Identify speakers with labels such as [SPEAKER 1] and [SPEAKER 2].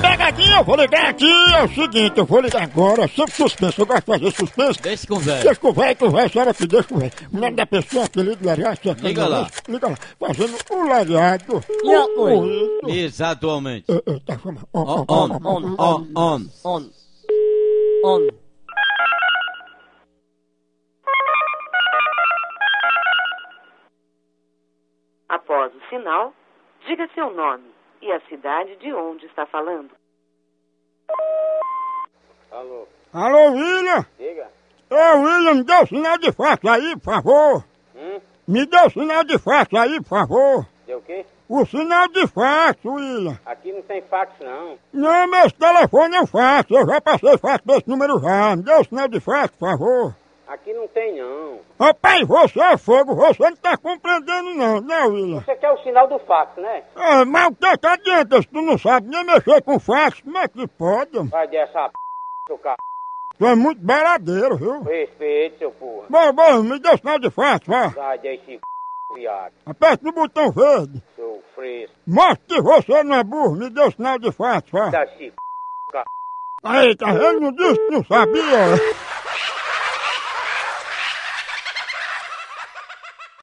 [SPEAKER 1] Pegadinha, eu vou ligar aqui. É o seguinte, eu vou ligar agora. Sempre suspense, eu gosto de fazer suspense.
[SPEAKER 2] Deixa com o velho.
[SPEAKER 1] Deixa com o velho, que o velho, senhora que deixa com o velho. O nome da pessoa, apelido, aliás, é
[SPEAKER 2] Liga lá.
[SPEAKER 1] Liga lá. Fazendo o lariado.
[SPEAKER 3] E a coisa?
[SPEAKER 1] Corrido.
[SPEAKER 2] Exatamente.
[SPEAKER 1] Eh, eh, Tá chamando. Ó,
[SPEAKER 2] On,
[SPEAKER 1] ó, ó,
[SPEAKER 2] on,
[SPEAKER 1] ó, ó.
[SPEAKER 2] on, on, on.
[SPEAKER 3] On. On.
[SPEAKER 4] Após o sinal, diga seu nome e a cidade de onde está falando.
[SPEAKER 5] Alô,
[SPEAKER 1] Alô, William?
[SPEAKER 5] diga.
[SPEAKER 1] Ô, William, me dê o sinal de faixa aí, por favor.
[SPEAKER 5] Hum?
[SPEAKER 1] Me dê o sinal de faixa aí, por favor.
[SPEAKER 5] Deu o quê?
[SPEAKER 1] O sinal de faixa, William.
[SPEAKER 5] Aqui não tem fax, não.
[SPEAKER 1] Não, meu telefone eu faço. Eu já passei faço pra esse número já. Me dê o sinal de faixa, por favor.
[SPEAKER 5] Aqui não tem, não.
[SPEAKER 1] Rapaz, você é fogo. Você não tá compreendendo não, né, William?
[SPEAKER 5] Você quer é o sinal do fax, né?
[SPEAKER 1] Ah, mas o que que adianta se tu não sabe nem mexer com fax? Como é que pode?
[SPEAKER 5] Vai dessa p... seu c...
[SPEAKER 1] Tu é muito baradeiro, viu?
[SPEAKER 5] Respeite, seu porra.
[SPEAKER 1] Bom, bom, me dê o sinal de faixa, vá.
[SPEAKER 5] Vai desse c... viado,
[SPEAKER 1] Aperta no botão verde.
[SPEAKER 5] seu fresco.
[SPEAKER 1] Mostre que você não é burro. Me dê o sinal de faixa, vá.
[SPEAKER 5] Desse c...
[SPEAKER 1] Aí, tá vendo? Não disse que não sabia.